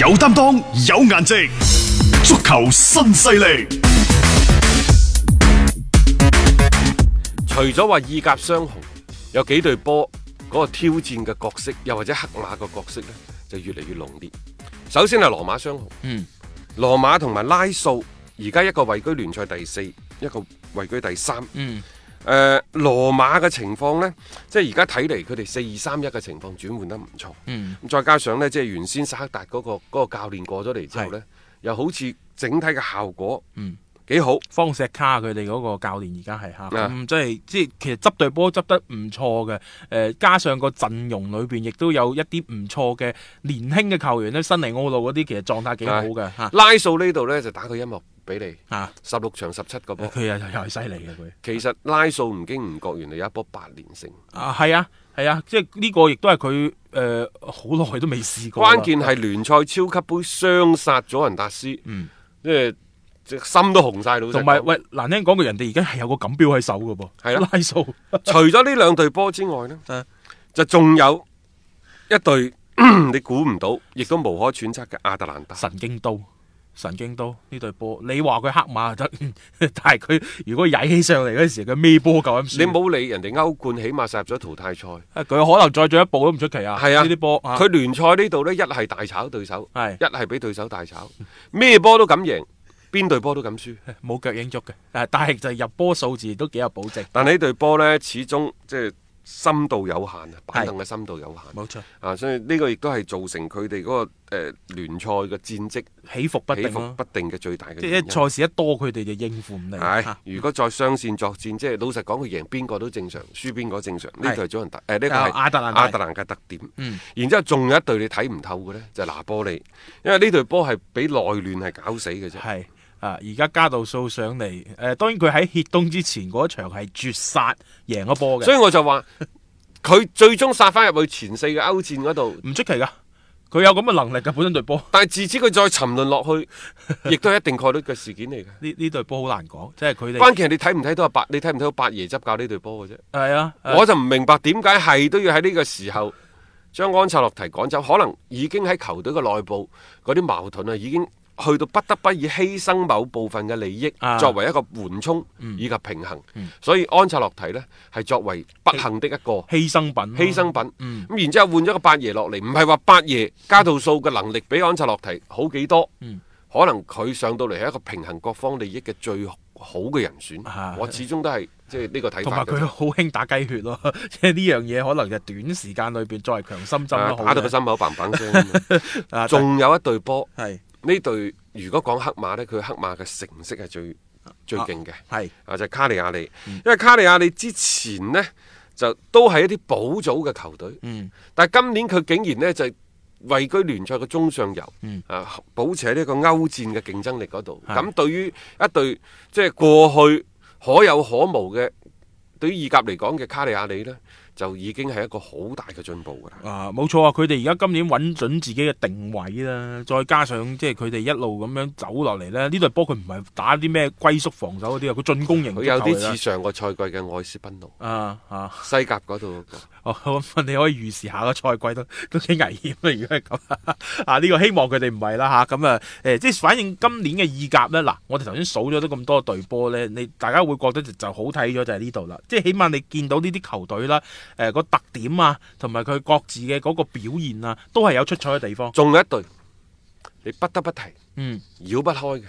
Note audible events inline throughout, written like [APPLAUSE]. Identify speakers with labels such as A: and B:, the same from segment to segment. A: 有擔當，有顏值，足球新勢力。
B: 除咗話意甲雙雄有幾隊波嗰個挑戰嘅角色，又或者黑馬嘅角色呢，就越嚟越濃烈。首先係羅馬雙雄，
C: 嗯，
B: 羅馬同埋拉素而家一個位居聯賽第四，一個位居第三。
C: 嗯，
B: 誒、羅馬嘅情況呢，即係而家睇嚟佢哋四二三一嘅情況轉換得唔錯。
C: 嗯，
B: 咁再加上呢，即係原先薩克達嗰、個嗰個教練過咗嚟之後呢，又好似整體嘅效果，
C: 嗯，
B: 幾好。
D: 方石卡佢哋嗰個教練而家係嚇，
B: 啊
D: 咁即係即係其實執隊波執得唔錯嘅，誒、加上個陣容裏邊亦都有一啲唔錯嘅年輕嘅球員咧，新尼奧路嗰啲其實狀態幾好嘅嚇，
B: 拉素呢度呢，就打個音樂俾你，
D: 啊
B: 十六場十七個波。
D: 佢又又係犀利嘅佢，
B: [LAUGHS] 其實拉素唔經唔覺，原來有一波八連勝。
D: 啊係啊係啊，即係呢個亦都係佢誒好耐啊都未試過啦。
B: [LAUGHS] 關鍵係聯賽超級杯雙殺咗人達斯，
D: 嗯
B: 即係隻心都紅晒。老實講
D: 同埋喂難聽講句，人哋而家係有個錦標喺手嘅噃，
B: 係咯
D: 拉數
B: [LAUGHS] 除咗呢兩隊波之外呢
D: [LAUGHS] 啊，
B: 就仲有一隊 [CLEARS THROAT] 你估唔到，亦都無可揣測嘅亞特蘭大。
D: 神經刀。神經刀呢隊波，你話佢黑馬就得， [LAUGHS] 但係佢如果曳起上嚟嗰時，佢咩波夠咁
B: 你
D: 輸
B: 冇理人哋歐冠，起碼殺入咗淘汰賽。
D: 啊佢可能再進一步都唔出奇啊！
B: 係啊，
D: 呢啲波啊
B: 佢聯賽呢度呢，一係大炒對手，
D: 係
B: 一係俾對手大炒，咩波都敢贏，邊隊波都敢輸。
D: [LAUGHS] 冇腳影足嘅，啊但係就入波數字都幾有保證。
B: 但係呢隊波呢，始終即係深度有限啊，板凳嘅深度有限
D: 冇錯，
B: 啊，所以呢個亦都係造成佢哋嗰個誒、呃、聯賽嘅戰績
D: 起伏不
B: 起
D: 定
B: 伏
D: 咯
B: 不。定嘅最大嘅
D: 即
B: 原
D: 係
B: 因。
D: 賽事一多，佢哋就應付唔嚟。
B: 係
D: 啊，
B: 如果再雙線作戰，即係老實講，佢贏邊個都正常，輸邊個正常。呢
D: 係
B: 個係祖雲達誒呢個
D: 啊
B: 係
D: 亞特蘭大
B: 亞特蘭嘅特點。
D: 嗯
B: 然之後仲有一隊你睇唔透嘅呢，就係拿波利，因為呢隊波係俾內亂係搞死嘅啫。
D: 係啊，而家加度數上嚟，誒、當然佢喺歇冬之前嗰一場係絕殺贏咗波
B: 所
D: 嘅，
B: 以我就話佢最終殺翻入去前四嘅歐戰嗰度，
D: 唔出奇㗎。佢有咁嘅能力嘅，本身隊波
B: 但係自此佢再沉淪落去，亦都係一定概率嘅事件
D: [LAUGHS]
B: 嚟嘅。
D: 呢呢隊波好難講，即係佢哋
B: 關鍵係你睇唔睇到阿八，你睇唔睇到八爺執教呢隊波嘅啫。
D: 係啊，啊
B: 我就唔明白點解係都要喺呢個時候將安察洛提趕走，可能已經喺球隊嘅內部嗰啲矛盾啊，已經去到不得不以犧牲某部分嘅利益、
D: 啊嗯
B: 作為一個緩衝以及平衡。所以安察洛提呢，係作為不幸的一個
D: 犧牲品咯，
B: 犧牲品。咁、
D: 嗯
B: 然之後換咗個八爺落嚟，唔係話八爺加度數嘅能力比安察洛提好幾多，
D: 嗯
B: 可能佢上到嚟係一個平衡各方利益嘅最好嘅人選。
D: 啊
B: 我始終都係即係呢個睇
D: 同
B: 法
D: 埋
B: 嘅啫。
D: 佢好興打雞血咯， [LAUGHS] 即係呢樣嘢可能就短時間裏邊作為強心針
B: 啊
D: 都好嘅。
B: 打到個心口砰砰聲。
D: 啊 [LAUGHS]
B: 仲有一隊波，
D: 係
B: 呢隊如果講黑馬呢，佢黑馬嘅成績係最最勁嘅，
D: 係
B: 啊就係卡利亞利，
D: 嗯
B: 因為卡利亞利之前呢，就都係一啲保組嘅球隊，
D: 嗯
B: 但係今年佢竟然呢，就係位居聯賽嘅中上游，
D: 嗯
B: 啊保持喺呢個歐戰嘅競爭力嗰度。
D: 係
B: 咁對於一隊即係過去可有可無嘅，對於意甲嚟講嘅卡利亞利呢，就已經係一個好大嘅進步㗎啦。
D: 啊冇錯啊！佢哋而家今年揾準自己嘅定位啦，再加上即係佢哋一路咁樣走落嚟咧，呢隊波佢唔係打啲咩龜縮防守嗰啲啊，佢進攻型
B: 佢
D: 足
B: 有
D: 球
B: 啲
D: 嚟啦
B: 似上個賽季嘅愛斯賓奴，
D: 啊啊！
B: 西甲嗰度嗰個
D: 我哦 [LAUGHS] 咁你可以預示下個賽季都 [LAUGHS] 都幾危險啊！如果係咁 [LAUGHS] 啊，呢、個希望佢哋唔係啦嚇。咁啊誒，即係反正今年嘅意甲咧，嗱，我哋頭先數咗都咁多隊波咧，你大家會覺得就就好睇咗就係呢度啦。即係起碼你見到呢啲球隊啦，誒、個特點啊，同埋佢各自嘅嗰個表現啊，都係有出彩嘅地方。
B: 仲有一隊，你不得不提，
D: 嗯，
B: 繞不開嘅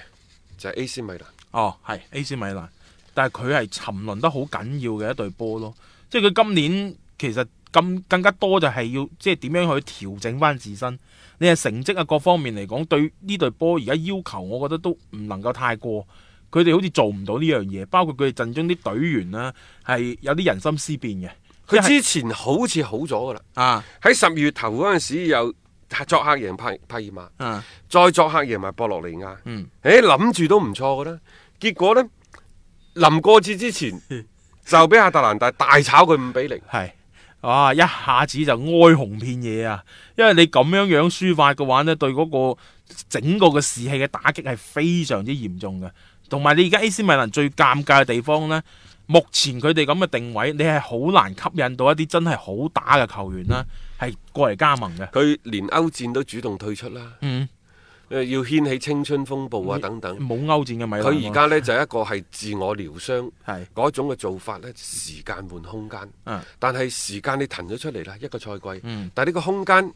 B: 就係 AC 米蘭。
D: 哦，係 AC 米蘭，但係佢係沉淪得好緊要嘅一隊波咯。即係佢今年其實咁更加多就係要即係點樣去調整翻自身。你係成績啊各方面嚟講，對呢隊波而家要求，我覺得都唔能夠太過。佢哋好似做唔到呢樣嘢，包括佢哋陣中啲隊員啦，係有啲人心思變嘅。
B: 佢
D: 即
B: 之
D: 係
B: 前好似好咗噶啦，
D: 啊
B: 喺十二月頭嗰陣時又作客贏帕帕爾馬，
D: 啊
B: 再作客贏埋博洛尼亞。
D: 嗯，
B: 誒諗住都唔錯噶啦，結果呢，臨過節之
D: [LAUGHS]
B: 前就俾亞特蘭大大炒佢五比零。
D: 係，啊哇！一下子就哀鴻遍野啊！因為你咁樣樣輸法嘅話呢，對嗰個整個嘅士氣嘅打擊係非常之嚴重嘅。同埋你而家 AC 米蘭最尷尬嘅地方呢，目前佢哋咁嘅定位，你係好難吸引到一啲真係好打嘅球員啦，係過嚟加盟嘅。
B: 佢連歐戰都主動退出啦，
D: 嗯，
B: 誒要掀起青春風暴啊
D: 嗯
B: 等等。
D: 冇歐戰嘅米蘭咯。
B: 佢而家呢，就一個係自我療傷，
D: 係
B: 嗰種嘅做法呢，時間換空間。
D: 嗯
B: 但係時間你騰咗出嚟啦，一個賽季，
D: 嗯
B: 但係呢個空間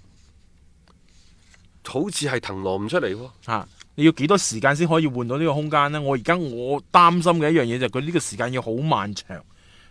B: 好似係騰挪唔出嚟喎。
D: 嚇，你要幾多時間先可以換到呢個空間呢？我而家我擔心嘅一樣嘢就係佢呢個時間要好漫長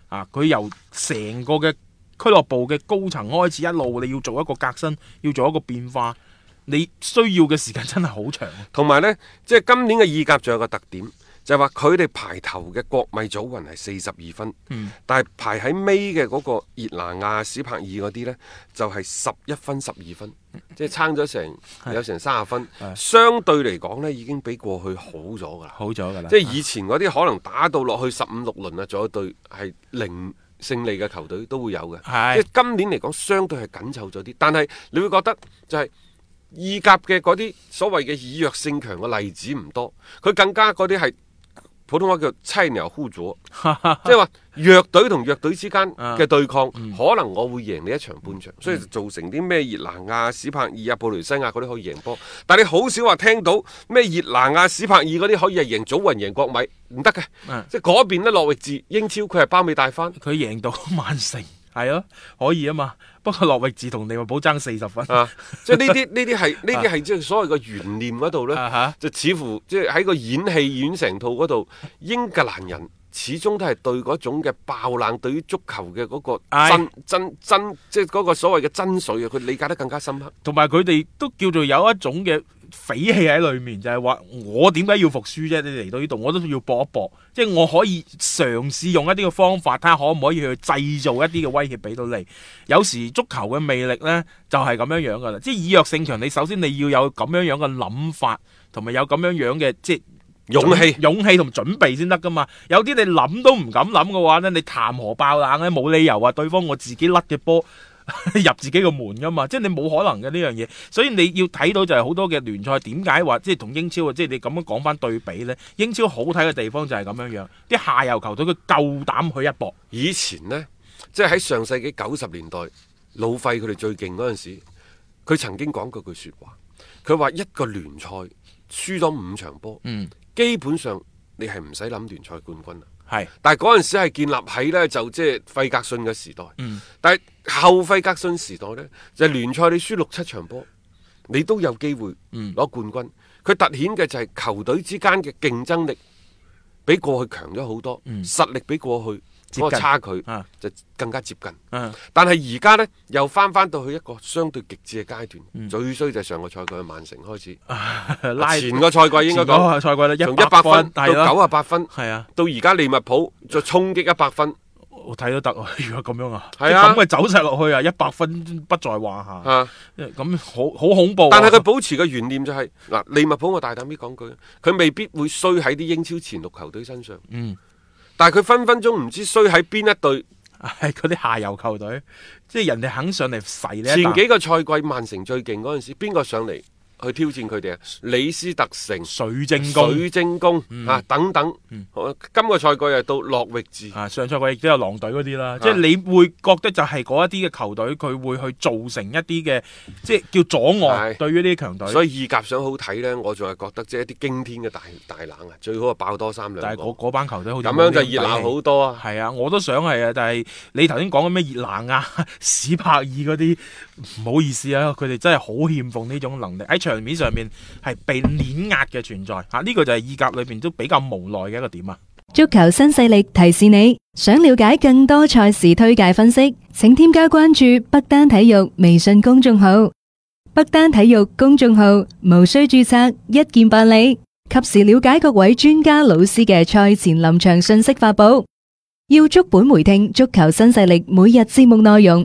D: 啊！佢由成個嘅俱樂部嘅高層開始一路，你要做一個革新，要做一個變化，你需要嘅時間真係好長。
B: 同埋呢，即係今年嘅意甲仲有個特點，就係話佢哋排頭嘅國米祖雲係四十二分，
D: 嗯
B: 但係排喺尾嘅嗰個熱拿亞史柏爾嗰啲呢，就係十一分十二分，
D: 嗯
B: 即係差咗成有成三十分，相對嚟講呢，已經比過去好咗㗎啦。
D: 好咗㗎啦
B: 即係以前嗰啲可能打到落去十五六輪啊，仲有隊係零勝利嘅球隊都會有嘅。
D: 係
B: 即係今年嚟講，相對係緊湊咗啲，但係你會覺得就係、意甲嘅嗰啲所謂嘅以弱勝強嘅例子唔多，佢更加嗰啲係普通話叫妻牛呼
D: [LAUGHS]
B: 咗，即係話弱隊同弱隊之間
D: 啊
B: 嘅對抗，
D: 嗯
B: 可能我會贏你一場半場，所以就造成啲咩熱拿亞、史柏爾啊、布雷西亞嗰啲可以贏波，但係你好少話聽到咩熱拿亞、史柏爾嗰啲可以係贏祖雲、贏國米，唔得嘅
D: 嗯，
B: 即係嗰邊呢，諾域治英超佢係包尾大翻。
D: 佢贏到 [LAUGHS] 曼城係咯，可以啊嘛。不過諾域治同利物浦爭四十分。
B: 啊！即係呢
D: [LAUGHS]
B: 啲呢啲係呢啲係即係所謂嘅懸念嗰度
D: 啊
B: 呢
D: 哈，
B: 就似乎即係喺個演戲演成套嗰度，英格蘭人始終都係對嗰種嘅爆冷，對於足球嘅嗰個
D: 唉
B: 真真真，即係嗰個所謂嘅真髓啊，佢理解得更加深刻。
D: 同埋佢哋都叫做有一種嘅匪氣喺裏面，就係、話我點解要服輸啫？你嚟到呢度，我都要搏一搏，即係我可以嘗試用一啲嘅方法，睇下可唔可以去製造一啲嘅威脅俾到你。有時足球嘅魅力呢，就係、咁樣樣噶啦，即係以弱勝強。你首先你要有咁樣樣嘅諗法，同埋有咁樣樣嘅即係。
B: 勇氣
D: 勇氣同準備先得噶嘛。有啲你諗都唔敢諗嘅話呢，你談何爆冷呢？冇理由話對方我自己甩嘅波 [LAUGHS] 入自己個門噶嘛，即係你冇可能嘅呢樣嘢。所以你要睇到就係好多嘅聯賽點解話即係同英超啊，即係你咁樣講翻對比呢，英超好睇嘅地方就係咁樣樣，啲下游球隊佢夠膽去一搏，
B: 以前呢，即係喺上世紀九十年代，老費佢哋最勁嗰陣時，佢曾經講過句説話，佢話一個聯賽輸咗五場波，
D: 嗯
B: 基本上你係唔使諗聯賽冠軍啦。啊
D: 係
B: 但係嗰陣時係建立喺呢，就即係費格遜嘅時代，
D: 嗯
B: 但係後費格遜時代呢，就係聯賽你輸六七場波，你都有機會
D: 嗯
B: 攞冠軍。佢、突顯嘅就係球隊之間嘅競爭力比過去強咗好多，
D: 嗯
B: 實力比過去
D: 接
B: 嗰個
D: 近
B: 差距
D: 啊
B: 就更加接近。
D: 嗯
B: 但係而家呢，又翻翻到去一個相對極致嘅階段，最衰就係上個賽季嘅曼城開始，
D: 嗯啊拉
B: 啊前個賽季應該
D: 前嗰個
B: 講
D: 賽季咧
B: 從
D: 一
B: 一百分
D: 係
B: 到九
D: 咯，
B: 啊八分，
D: 係啊。
B: 到而家利物浦再衝擊一百分。
D: 我睇都得啊！ [LAUGHS] 如果咁樣啊，
B: 係啊
D: 即係咁嘅走勢落去啊，一百分不在話下。
B: 啊！
D: 咁好好恐怖啊。
B: 但係佢保持嘅懸念就係、嗱，利物浦我大膽啲講句，佢未必會衰喺啲英超前六球隊身上，
D: 嗯，
B: 但係佢分分鐘唔知衰喺邊一隊。
D: [LAUGHS] 係嗰啲下游球隊，即係人哋肯上嚟噬呢一
B: 前
D: 啖
B: 幾個賽季曼城最勁嗰陣時，邊個上嚟去挑戰佢哋啊？李斯特城、
D: 水晶宮
B: 水晶宮、
D: 嗯
B: 啊等等。好今個賽季又到諾域治。
D: 啊，上賽季亦都有狼隊嗰啲
B: 啊
D: 啦，即係你會覺得就係嗰一啲嘅球隊，佢會去造成一啲嘅即係叫阻礙
B: 係
D: 對於呢啲強隊。
B: 所以意甲想好睇呢，我仲係覺得即係一啲驚天嘅大大冷啊，最好啊爆多三兩
D: 但係
B: 個，
D: 嗰嗰班球隊好似
B: 咁
D: 冇
B: 樣
D: 呢
B: 就
D: 種
B: 熱鬧
D: 底氣
B: 好多啊。
D: 係啊，我都想係啊，但係你頭先講緊咩熱拿亞、 [LAUGHS] 史柏爾嗰啲，唔好意思啊，佢哋真係好欠奉呢種能力喺場面上面係被碾壓嘅存在啊嚇，呢、個就係意甲裏邊都比較無奈嘅一個點啊。
C: 足球新勢力提示你，想了解更多賽事推介分析，請添加關注北單體育微信公眾號。北單體育公眾號無需註冊，一鍵辦理，及時了解各位專家老師嘅賽前臨場信息發布。要足本回聽足球新勢力每日節目內容，